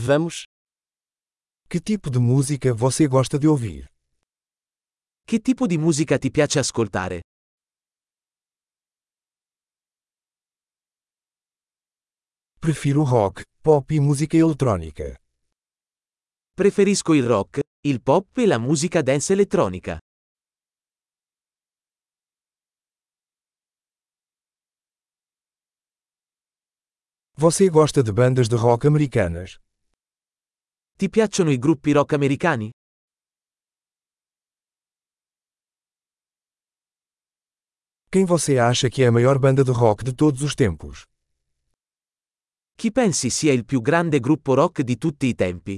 Vamos. Que tipo de música você gosta de ouvir? Che tipo di musica ti piace ascoltare? Prefiro rock, pop e música eletrônica. Preferisco il rock, il pop e la musica dance elettronica. Você gosta de bandas de rock americanas? Ti piacciono i gruppi rock americani? Quem você acha que é a maior banda de rock de todos os tempos? Chi pensi sia il più grande gruppo rock di tutti i tempi?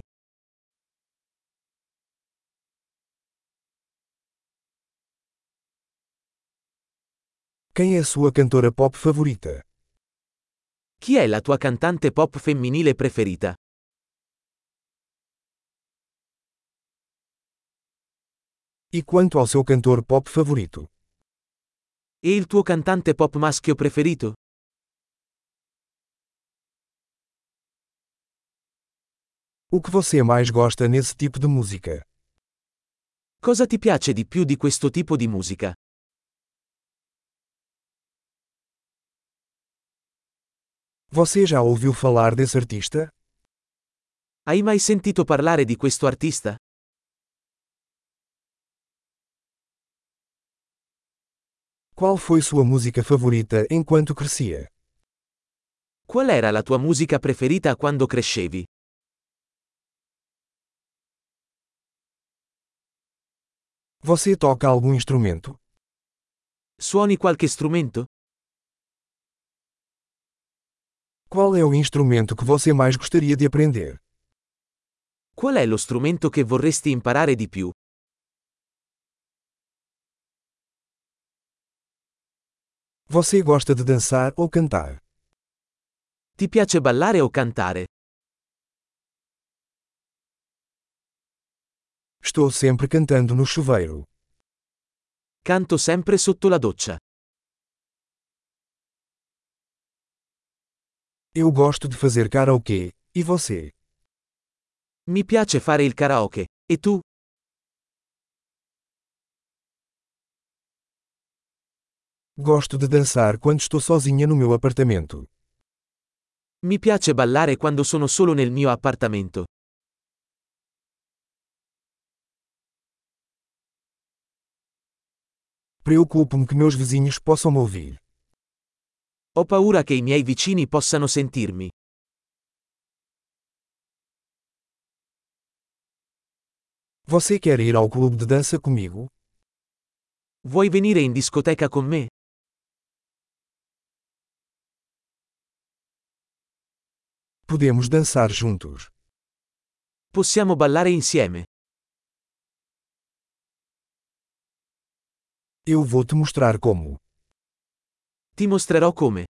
Quem é a sua cantora pop favorita? Chi è la tua cantante pop femminile preferita? E quanto ao seu cantor pop favorito? E il tuo cantante pop maschio preferito? O que você mais gosta nesse tipo de música? Cosa ti piace di più di questo tipo di musica? Você já ouviu falar desse artista? Hai mai sentito parlare di questo artista? Qual foi sua música favorita enquanto crescia? Qual era la tua musica preferita quando crescevi? Você toca algum instrumento? Suoni qualche strumento? Qual é o instrumento que você mais gostaria de aprender? Qual è lo strumento che vorresti imparare di più? Você gosta de dançar ou cantar? Ti piace ballare o cantare? Estou sempre cantando no chuveiro. Canto sempre sotto la doccia. Eu gosto de fazer karaokê. E você? Mi piace fare il karaoke. E tu? Gosto de dançar quando estou sozinha no meu apartamento. Mi piace ballare quando sono solo nel mio appartamento. Preocupo-me que meus vizinhos possam me ouvir. Ho paura che i miei vicini possano sentirmi. Você quer ir ao clube de dança comigo? Vuoi venire in discoteca con me? Podemos dançar juntos. Possiamo ballare insieme. Eu vou te mostrar como. Ti mostrerò come.